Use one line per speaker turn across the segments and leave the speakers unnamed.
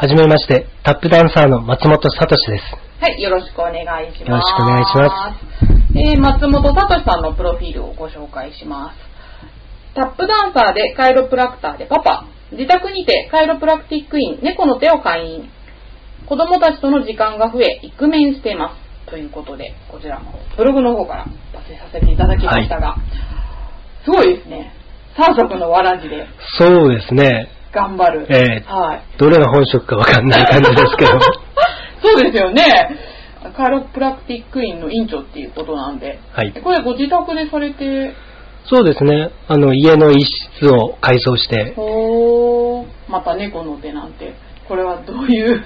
はじめまして、タップダンサーの松本聡です。
はい、よろしくお願いします。。
よろしくお願いします
えー、松本聡さんのプロフィールをご紹介します。タップダンサーでカイロプラクターでパパ、自宅にてカイロプラクティックイン、猫の手を会員、子供たちとの時間が増え、イクメンしています。ということで、こちらのブログの方から出せさせていただきましたが、すごいですね。3色のわらじで
そうですね、
頑張る。
え
はい。
ー、どれが本職かわかんない感じですけ ど、
そうですよね。カイロプラクティック院の院長っていうことなんで。
はい
これご自宅でされて、
そうですね、あの、家の一室を改装して、
ほー、また猫の手なんて、これはどういう、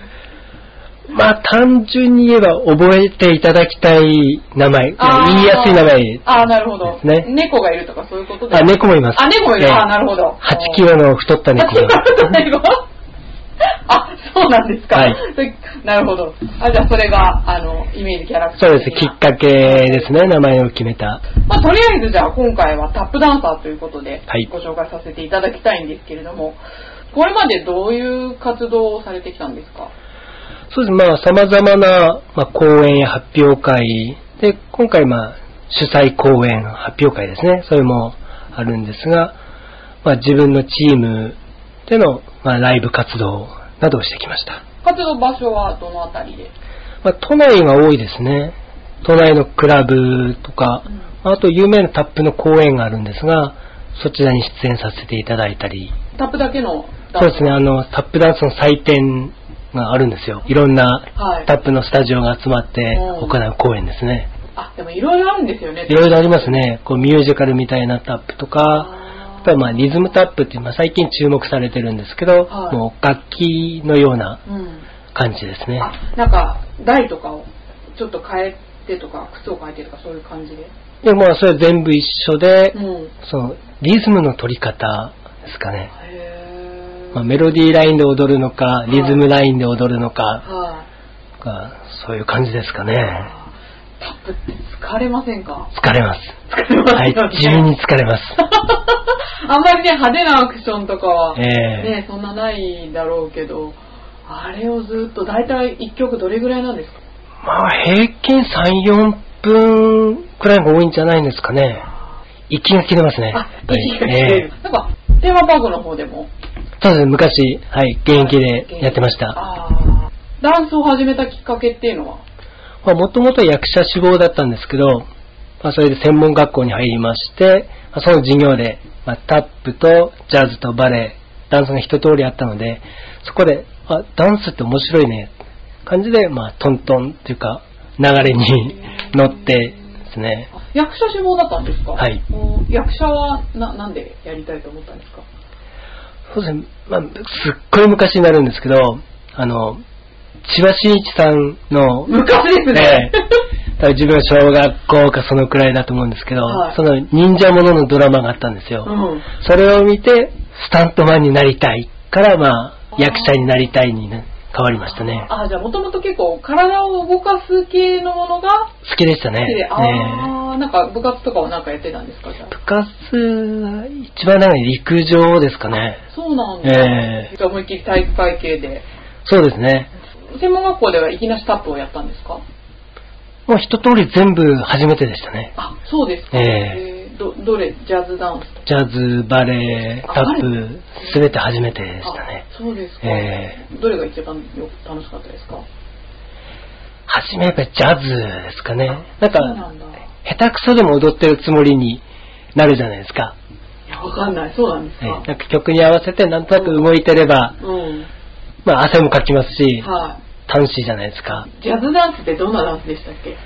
まあ、単純に言えば覚えていただきたい名前、言
あー
いやすい名前ですね。
あー、なるほど。
ね
猫がいるとかそういうことで
あ、猫もいます。
あ、猫がいる。
えー
あー、なるほど。
8キロの太った
猫
猫 もいます。
猫あ、そうなんですか。
はい
でなるほど。あ、じゃあそれが、あの、イメージキャラクター
そうです、きっかけですね、名前を決めた。
まあ、とりあえずじゃあ今回はタップダンサーということで
はい
ご紹介させていただきたいんですけれども、これまでどういう活動をされてきたんですか
そうです。まあ、様々な、まあ、講演や発表会。で、今回、まあ、主催講演発表会ですね。それもあるんですが、まあ、自分のチームでの、まあ、ライブ活動などをしてきました。
活動場所はどのあたりで、
まあ、都内が多いですね。都内のクラブとか、あと有名なタップの講演があるんですが、そちらに出演させていただいたり、
タップだけのダ
そう
ンス
ですね、あの、タップダンスの祭典があるんですよ。いろんな
はい
タップのスタジオが集まって
う
行
ん
う公演ですね。
あ、でもいろいろあるんですよね。
いろいろありますね。こうミュージカルみたいなタップとか、
あ
あ
ー
とはまあリズムタップっていう、まあ、最近注目されてるんですけど、
はい
もう楽器のような
うん。
感じですね。
あ、なんか台とかをちょっと変えてとか、靴を変えてとかそういう感じで。
で、まあそれは全部一緒で
う、ん。
そのリズムの取り方ですかね。
へー。
まあ、メロディーラインで踊るのか、リズムラインで踊るのか、
はい。
がそういう感じですかね。
タップって疲れませんか
疲れます。
疲れます
はい
よね、
自分に疲れます。
あんまりね、派手なアクションとかは、
ええ
ね、そんなないだろうけど、あれをずっと、大体1曲どれぐらいなんですか
まあ、平均3、4分くらいが多いんじゃないんですかね。息が切れますね。
あ、
はい
息が切れ
え
る。なんか、テーマパークの方でも。
えそうですね、昔、はい、現役でやってました。
あーダンスを始めたきっかけっていうのは
まあ、もともと役者志望だったんですけど、まあ、それで専門学校に入りまして、まあその授業で、まあ、タップとジャズとバレエ、ダンスが一通りあったので、そこで、あ、ダンスって面白いね、感じで、まあ、トントンっていうか、流れに乗ってですね。
あ役者志望だったんですか
はい
お役者はななんでやりたいと思ったんですか
そうですね、まあ、すっごい昔になるんですけど、あの、千葉真一さんの、
昔ですね。
ええ多分自分は小学校かそのくらいだと思うんですけど、
はい
その忍者もののドラマがあったんですよ。
うん。
それを見て、スタントマンになりたいから、まあ、役者になりたいにね変わりましたね。
あ、じゃあもともと結構体を動かす系のものが
好きでしたね。
好きで、
ええ
あー、なんか部活とかはなんかやってたんですかじゃあ
部活は一番長い陸上ですかね。
そうなんだ。
ええ
じゃあ思いっきり体育会系で。
そうですね。
専門学校ではいきなしタップをやったんですか
もう一通り全部初めてでしたね。
あ、そうですか。
え
えーど、どれジャズダンスとか
ジャズ、バレエ、
あ
タッ
バ
プ、すべて初めてでしたね。
あそうですか。
え
どれが一番よ楽しかったですか
初めはやっぱりジャズですかね。なん
そうな
か、
んだ。い
下手くそでも踊ってるつもりになるじゃないですか。
や、わかんない。そうなんです
ええ
か。
なんか曲に合わせてなんとなく動いてれば、
うん。
まあ汗もかきますし、
は
楽しいじゃないですか。
い。ジャズダンスってどんなダンスでしたっけ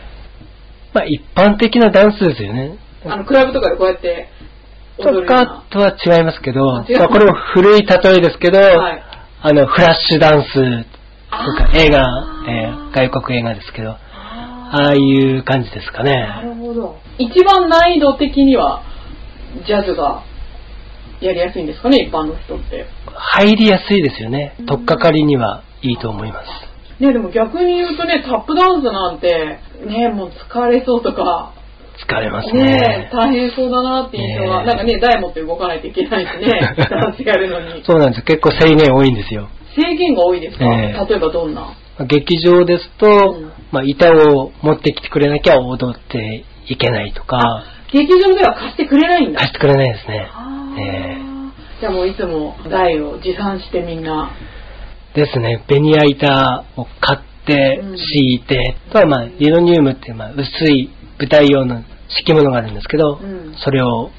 まあ一般的なダンスですよね。
あの、クラブとかでこうやって
と
踊るよう
か
な。
とは違いますけど、
あ違う
まあこれも古い例えですけど、
はい。
あの、フラッシュダンスと
あ
か
ー
映画、えー外国映画ですけど、
あ
ああいう感じですか
ーな
ね。
るほど。一番難易度的には、ジャズがやりやすいんですかね、一般の人って。
入りやすいですよね。とっかかりにはいいと思います。
ね、でも逆に言うとね、タップダンスなんて、ね、もう疲れそうとか、
疲れます
ね
ね、。
大変そうだなって印象が、
ね
なんかね、台持って動かないといけないしね、ダンスやるのに。
そうなんです。結構制限多いんですよ。
制限が多いですか、
ね
例えばどんな
劇場ですと、
うん
まあ、板を持ってきてくれなきゃ踊っていけないとか、
劇場では貸してくれないんだ。
貸してくれないですね。
あー
え
じゃあもういつも台を持参してみんな。
ですね。ベニヤ板を買って
うん、
敷いて、あとはまあ、リノニウムっていうまあ薄い舞台用の敷物があるんですけど、
うん
それを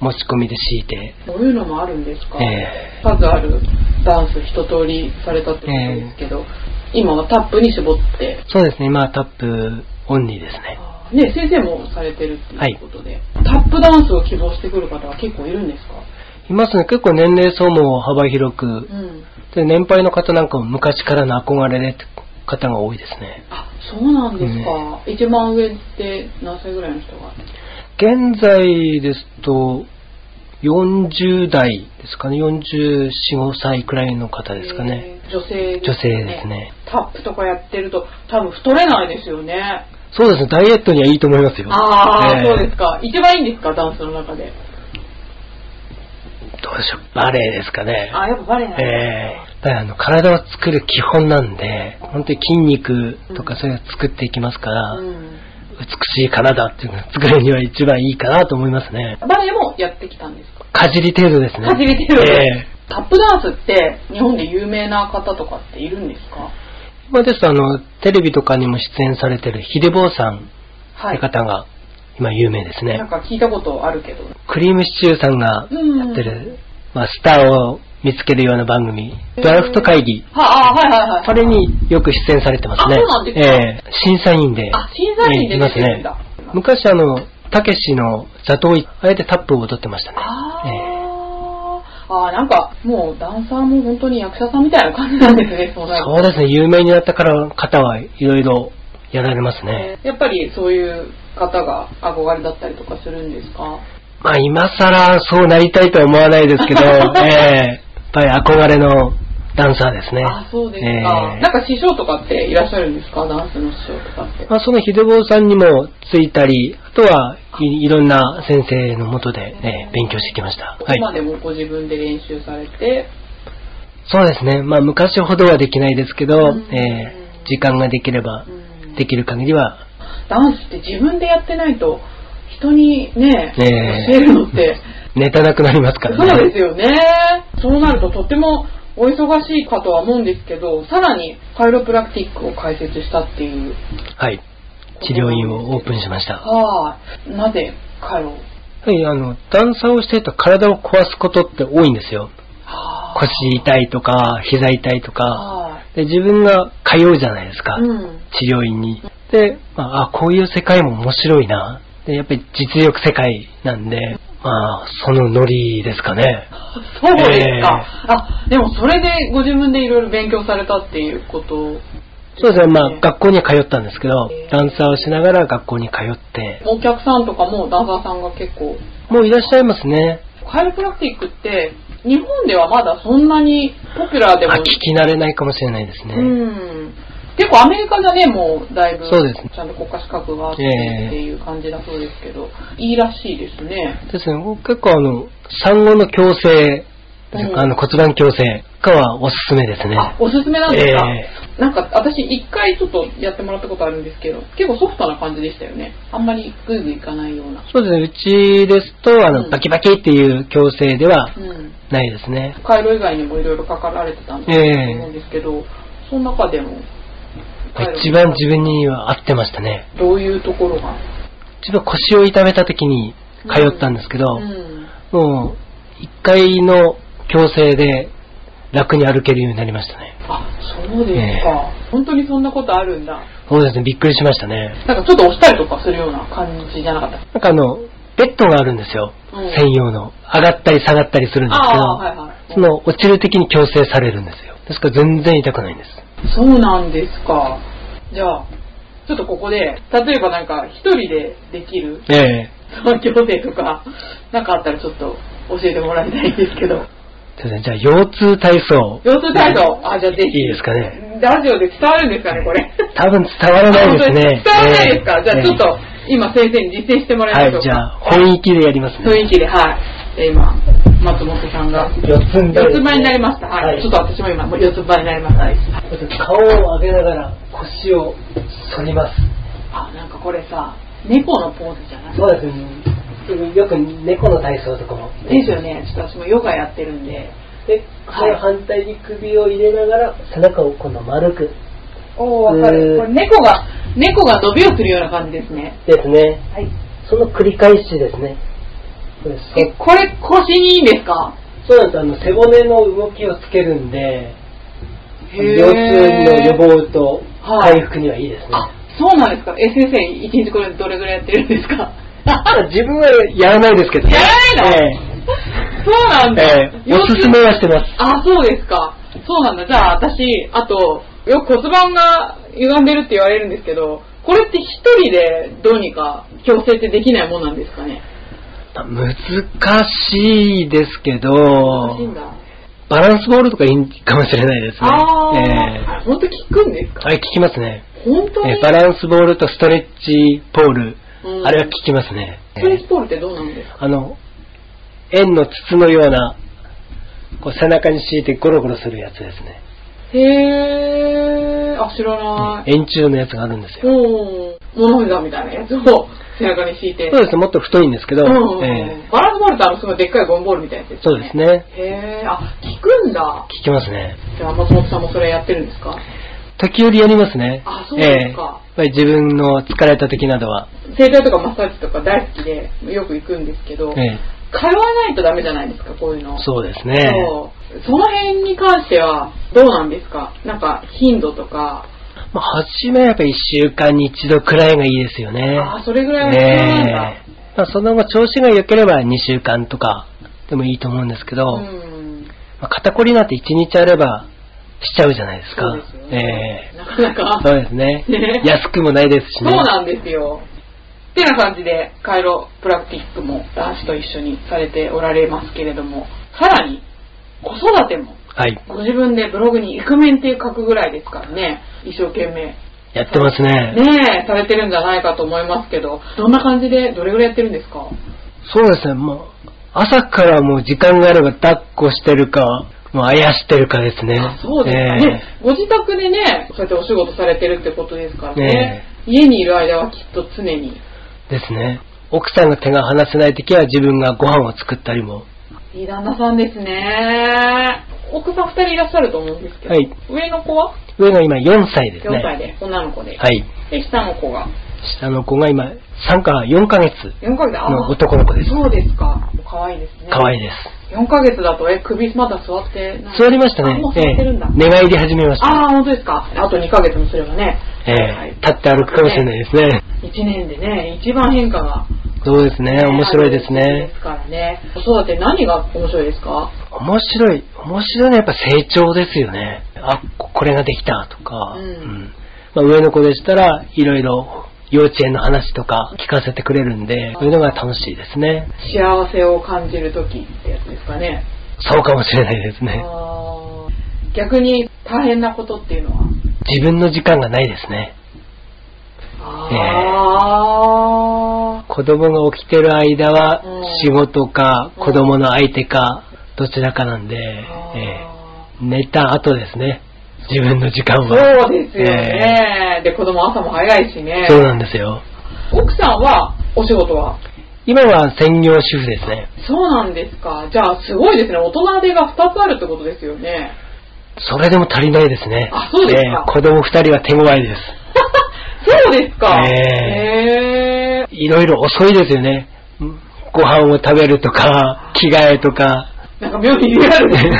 持ち込みで敷いて、
こういうのもあるんですか、
え
数あるダンス一通りされたってことですけど、今はタップに絞って、
そうですね。まあ、タップオンリーですね。
ね、先生もされてるっていうことで、タップダンスを希望してくる方は結構いるんですか
いますね。結構年齢層も幅広く
う、ん。
で年配の方なんかも昔からの憧れでって方が多いですね。
あ、そうなんですか。一番上って何歳ぐらいの人が
現在ですと、40代ですかね、44、5歳くらいの方ですかね。
えー女性
女性ですね。
タップとかやってると多分太れないですよね
そうですね、ダイエットにはいいと思いますよ。
ああ、
ええ
そうですか一番いいんですかダンスの中で
どうでしょう、バレエですかね。
あやっぱバレない、
ええだからあの体を作る基本なんで、本当に筋肉とかそういうの作っていきますから、
うん、
美しい体っていうのを作るには一番いいかなと思いますね。
バレエもやってきたんですか
かじり程度ですね。
初めての、
ええ
タップダンスって日本で有名な方とかっているんですか
今ですと、あの、テレビとかにも出演されてるヒデボウさんっ
は
て
い、
方が今有名ですね。
なんか聞いたことあるけど
クリームシチューさんが
うん
やってる、まあ、スターを見つけるような番組、ドラフト会議、
はあはいはいはい
あれによく出演されてますね。
あそうなんですか
ええ審査員で。
あ審査員で出てるんだ、
ええいますね。昔あの、たけしの座頭市、あえてタップを踊ってましたね。
あー、
ええ
あーなんかもうダンサーも本当に役者さんみたいな感じなんですねそうなると
そうですね、有名になったから方はいろいろやられます
え
ね。
ーやっぱりそういう方が憧れだったりとかするんですか
まあ今更そうなりたいとは思わないで すけど、ええやっぱり憧れのダンサーですね。
あそうですか、
ええ
なんか師匠とかっていらっしゃるんですかダンスの師匠とかって
まあ、その秀坊さんにもついたり、あとはいいろんな先生のもとで、ね、勉強してきました。は
今
い。
でもご自分で練習されて、
そうですね。まあ、昔ほどはできないですけ
う
ど、
ん
えー時間ができれば
う、ん
できる限りは、
ダンスって自分でやってないと人にね、
ええ
教えるのって
ネタな くなりますからね。
そうですよねそうなるととてもお忙しいかとは思うんですけどさらにカイロプラクティックを開設したっていう
はい。治療院をオープンしました。
はいなぜカイロ
はい、あの、段差をしてると体を壊すことって多いんですよ。
はあ
腰痛いとか、膝痛いとか。
は
で、自分が通うじゃないですか。
いうん
治療院に。で、まあ、あこういう世界も面白いな。で、やっぱり実力世界なんで、まあ、そのノリですかね。
そうですか、
ええ
あでもそれでご自分でいろいろ勉強されたっていうこと
そうですね、まあ、学校には通ったんですけど
え、ー
ダンサーをしながら学校に通って、
お客さんとかもダンサーさんが結構
もういらっしゃいますね。
カイロプラクティックって日本ではまだそんなにポピュラーでも
あ、聞き慣れないかもしれないですね。
うん結構アメリカじゃねもうだいぶ
そうですね
ちゃんと国家資格があってっ
ええ
ていう感じだそうですけど、いいらしいですね
ですね、僕結構あの、産後の矯正、
うん
あの骨盤矯正かはおすすめですね。
あおすすめなんですか、
え
なんか私一回ちょっとやってもらったことあるんですけど結構ソフトな感じでしたよねあんまりグイグイいかないような
そうですね、うちですと、あ
う
の、
ん
バキバキっていう矯正では
うん
ないですね。
回路以外にもいろいろかかられてたんだと思うんですけど、その中でも
一番自分には合ってましたね。
どういうところが
自分は腰を痛めた時に通ったんですけど、
うん
もう、一回の矯正で楽に歩けるようになりましたね。
あそうですか、
え
本当にそんなことあるんだ
そうですね、びっくりしましたね。
なんかちょっと押したりとかするような感じじゃなかった
なんかあの、ベッドがあるんですよ。
うん
専用の。上がったり下がったりするんですけど、
ああはいはい
その、落ちる的に矯正されるんですよ。ですから全然痛くないんです。
そうなんですか。じゃあ、ちょっとここで、例えばなんか、一人でできる
ええ
作業でとか、なんかあったらちょっと教えてもらいたいんですけど。
そうですねじゃあ、腰痛体操。
腰痛体操、あ、じゃあぜひ。
いいですかね。
ラジオで伝わるんですかね、これ。
多分伝わらないですね。
伝わらないですか、
ええ
じゃあちょっと、今先生に実践しても
ええ
ら
はい
ま
い、
し
じ
ょう
ゃ
か。
あ、本意気でやりますね。
雰囲気で、はい。じゃあ今、松本さんが。
四つん
四つ前になりました。はい。
はい
ちょっと私も今、もう四つ前になりました。
顔を上げながら腰を反ります。
あ、なんかこれさ、猫のポーズじゃない
そうですね。よく猫の体操とかも。
ですよね。ちょっと私もヨガやってるんで。
で、その反対に首を入れながら背中を今度丸く
お
ーわかるこれ
猫が、猫が伸びをするような感じですね。
ですね。
はい。
その繰り返しですね。そうです
え、これ腰にいいんですか
そうなんです。あの背骨の動きをつけるんで、
へー
腰痛の予防と
はい
回復にはいいですね。
あ、そうなんですか。え、先生、一日これどれぐらいやってるんですか
あ自分はやらないですけど
やらないの、そうなんだ。
ええ
腰痛
おすすめはしてます
あ、そうですか。そうなんだ。じゃあ、私、あと、よく骨盤が歪んでるって言われるんですけど、これって一人でどうにか矯正ってできないもんなんですかね。
難しいですけど
難しいんだ。
バランスボールとかいいかもしれないですね。
あー、
え
本当効くんです
え
か
あれ効きますね、
本当に、
えバランスボールとストレッチポール、
うん
あれは効きますね。
ストレッチポールってどうなんですか
あの、円の筒のような、こう背中に敷いてゴロゴロするやつですね。
へー、あ、知らない。
円柱のやつがあるんですよ。
うん。物札みたいなやつを背中に敷いて。
そうですね、もっと太いんですけど、
うん
え
バランスボールってあのすごいでっかいゴンボールみたいなやつで
え
す
そうです。ね。
へー、あ、効くんだ。
効きますね。
じゃあ、松本さんもそれやってるんですか
時折やりますね。
あそうですか
ええやっぱり自分の疲れた時などは、
整体とかマッサージとか大好きでよく行くんですけど、
ええ
通わないとダメじゃないですか、こういうの。
そうですね。
そうその辺に関してはどうなんですかなんか頻度とか、
まあ、初めはやっぱり1週間に一度くらいがいいですよね。
ああ、それぐらいは必要なんだ。
ねえまあ、その後調子が良ければ2週間とかでもいいと思うんですけど、
うん
まあ、肩こりなんて1日あればしちゃうじゃないですか。
そうですよね。なかな
ええ
か。
そうですね
ね。
安くもないです
そう
しね。
なんですよ。ってな感じで、カイロプラクティックも男子と一緒にされておられますけれども、さらに、子育ても、
はい。
ご自分でブログにイクメンって書くぐらいですからね、一生懸命。
やってますね。
ねえ、されてるんじゃないかと思いますけど、どんな感じで、どれぐらいやってるんですか
そうですね。もう朝からもう時間があれば抱っこしてるか、もうあやしてるかですね。
あそうですかね、ご自宅でね、そうやってお仕事されてるってことですからね
ね。
家にいる間はきっと常に。
ええですね。奥さんが手が離せない時は自分がご飯を作ったりも。
いい旦那さんですね。奥さん二人いらっしゃると思うんですけど、
はい
上の子は
上が今4歳ですね。
4歳で、女の子で。
はい。
で、下の子が
下の子が今3か4ヶ月。
4ヶ月で、あ
の男の子です
そうですか。可愛いですね。
可愛いです。
4ヶ月だと、え、首まだ座ってない
座りました
あ
ね
もう。座
え
っ
え
てるんだ。
寝返り始めました。
ああ、本当ですか。あと2ヶ月もすればね。
え
はい
え立って歩くかもしれないですね。
一年でね、一番変化が、
そうですね。面白いです
ある
ね
です。からね。子育て何が面白いですか
面白い。面白いのはやっぱ成長ですよね。あ、ここれができたとか。
うん
まあ、上の子でしたら、いろいろ幼稚園の話とか聞かせてくれるんで、そういうのが楽しいですね。
幸せを感じる時ってやつですかね。
そうかもしれないですね。
あー逆に大変なことっていうのは
自分の時間がないですね。
あ
子供が起きてる間は
うん
仕事か
うん
子供の相手かどちらかなんで、
ーあー
ええ寝た後ですね自分の時間
そ
は
うですよね、で子供朝も早いし
え
ね
えそうなんですよ
奥さんはお仕事は
今は専業主婦ですね
そうなんですかじゃあすごいですね大人手が2つあるってことですよ ね
それでも足りないですね
あそうですか
ええ子供2人は手強いです
そうですか
え
へえ
いろいろ遅いですよねうんご飯を食べるとか着替えとか
なんか妙にリアルです ね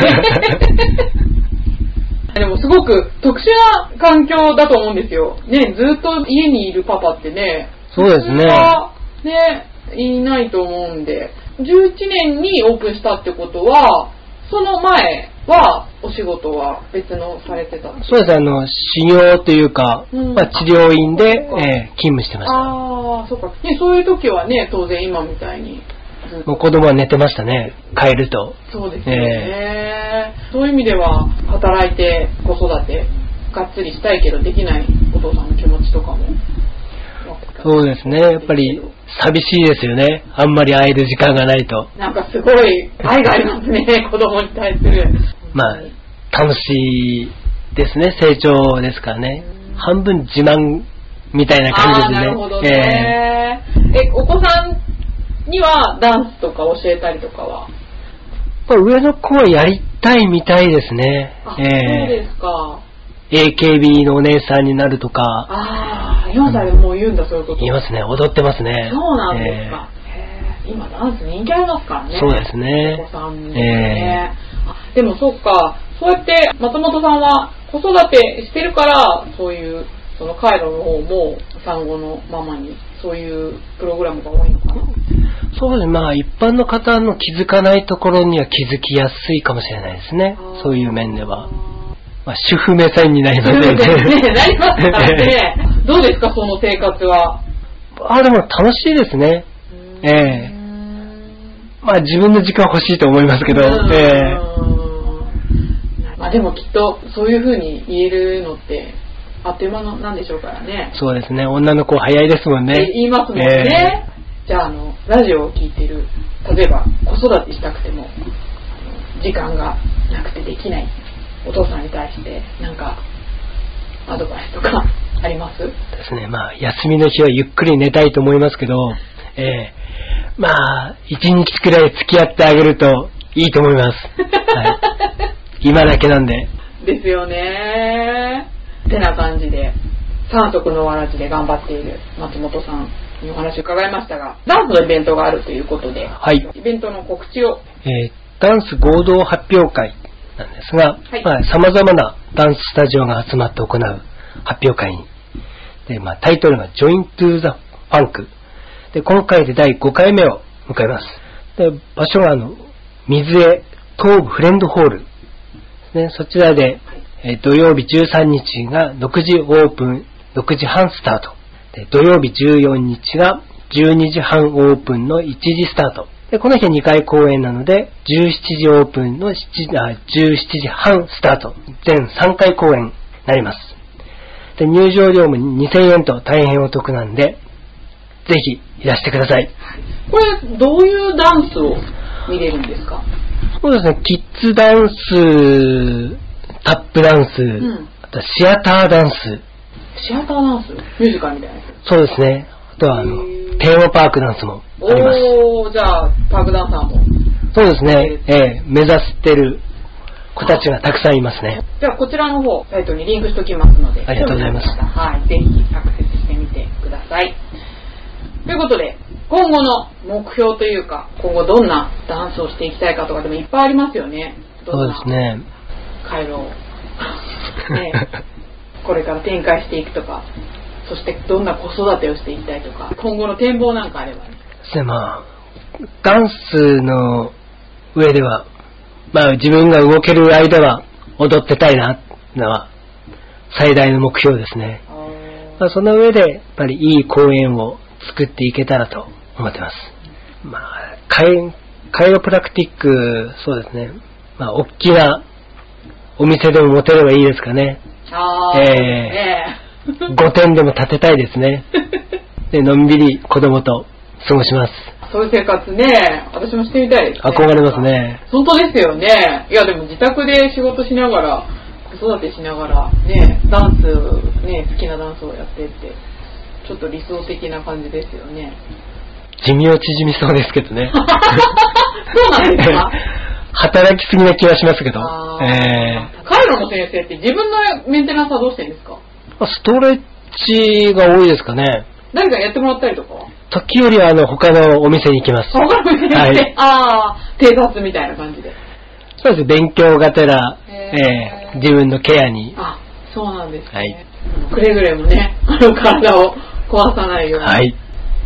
でもすごく特殊な環境だと思うんですよ。ね、ずっと家にいるパパってね、
そうですね
普通はね、いないと思うんで、11年にオープンしたってことは、その前は、お仕事は別のされてたんです
そうですね、あの、修行というか、
うん
まあ、治療院で、
そっか
えー勤務してました。
ああ、そっか。ね、そういう時はね、当然今みたいに。ずっと
もう子供は寝てましたね、帰ると。
そうですよね、そういう意味では、働いて、子育て、がっつりしたいけどできないお父さんの気持ちとかも。
そうですね、やっぱり寂しいですよね。あんまり会える時間がないと。
なんかすごい愛がありますね、 子供に対する。
まあ、楽しいですね、成長ですからね。半分自慢みたいな感
ああー、
じですね。
なるほどね、え、お子さんにはダンスとか教えたりとかは
えーまあ上の子はやりたいみたいですね。
あ、そ
え
う
ー
ですか。
AKB のお姉さんになるとか、
ああ、4歳でもう言うんだ、そういうこと。
言いますね、踊ってますね。
そうなんですか。へー今ダンス人気ありますから
えー
ね。
そうです
お
ね
子。さんも
え
ね。あでもそっか、そうやって松本さんは子育てしてるから、そういう、そのカイロの方も産後のママに、そういうプログラムが多いのかな。
そうですね、まあ一般の方の気づかないところには気づきやすいかもしれないですね。そういう面では。まあ、主婦目線になり
そ
ま
う
す
いう
よ
ことですね、
ね。
なりますからね。どうですか、その生活は。
あ、でも楽しいですね。ええまあ自分の時間欲しいと思いますけど、
うん
え
まあでもきっとそういうふうに言えるのってあっという間のなんでしょうからね
え。そうですね、女の子早いですもん
って
ね。
言いますもんね。じゃああの、ラジオを聞いてる、例えば子育てしたくても、あの時間がなくてできないお父さんに対して、なんか、アドバイスとかあります
ですね、まあ休みの日はゆっくり寝たいと思いますけど、ええまあ、一日くらい付き合ってあげるといいと思います。はい、今だけなんで。
ですよねてな感じで、三足のわらじで頑張っている松本さんにお話を伺いましたが、ダンスのイベントがあるということで、
はい
イベントの告知を、
えーダンス合同発表会なんですが、
はい
まあ、様々なダンススタジオが集まって行う発表会に、で、まあ、タイトルが Join to the Funk。で、今回で第5回目を迎えます。で、場所があの、水江東部フレンドホールですね、そちらで、えー土曜日13日が6時オープン、6時半スタート。で土曜日14日が12時半オープンの1時スタート。でこの日は2回公演なので、17時オープンの7あ17時半スタート。全3回公演になります。で入場料も2000円と大変お得なんで、ぜひいらしてください。
これ、どういうダンスを見れるんですか
そうですね、キッズダンス、タップダンス、
ん
あとはシアターダンス、
シアターダンスミュージカルみたいなやつ
そうですね。あとは、あの
へー、
テーマパークダンスもあります。
おー、じゃあ、パークダンサーも。
そうですね。ええ目指してる子たちがたくさんいますね。
じゃあ、こちらの方、サイトにリンクしておきますので、
ありがとうございます
興味のある方はい、ぜひアクセスしてみてください。ということで、今後の目標というか、今後どんなダンスをしていきたいかとかでもいっぱいありますよね。ど
そ
ん
うで
な
すね。
回路を、ね、 これから展開していくとか、そしてどんな子育てをしていきたいとか、今後の展望なんかあればね。
そしてまあ、ダンスの上では、まあ自分が動ける間は踊ってたいな、のは最大の目標ですね。まあ、その上で、やっぱりいい公演を作っていけたらと思ってます。まあ、カイカイロプラクティック、そうですね。まあ、大きなお店でも持てればいいですかね。
あー、
え
えー
5点でも建てたいですね。で、のんびり子供と過ごします。
そういう生活ね、私もしてみたいです、ね。
憧れます。ね。
本当ですよね。いや、でも自宅で仕事しながら、子育てしながら、ね、ダンス、ね、好きなダンスをやってって、ちょっと理想的な感じですよね。
寿命縮みそうですけど ね。
そうなんですか
働きすぎな気はしますけ ど。
あー
え
カイロの先生って自分のメンテナンスはどうしてるんですか
ーまあストレッチが多いですかね。
誰かやってもらったりとかは
時よりはあの他のお店に行きます。
わかるね。
はい。
ああ、偵察みたいな感じで。
そうです。勉強がてら、
へー
えー自分のケアに。
あ、そうなんですね。
はい
くれぐれもね、 あの体を壊さないように。
はい。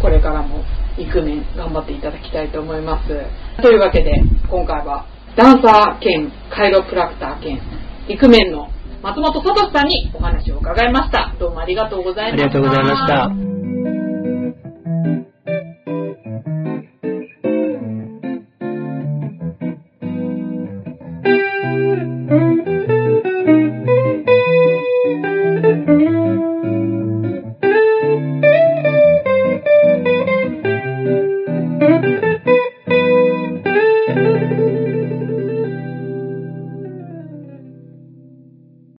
これからも幾年頑張っていただきたいと思います。というわけで、今回はダンサー兼カイロプラクター兼イクメンの松本聡さんにお話を伺いました。どうもありがとうござい
あ
まし
り
た。
がとうございました。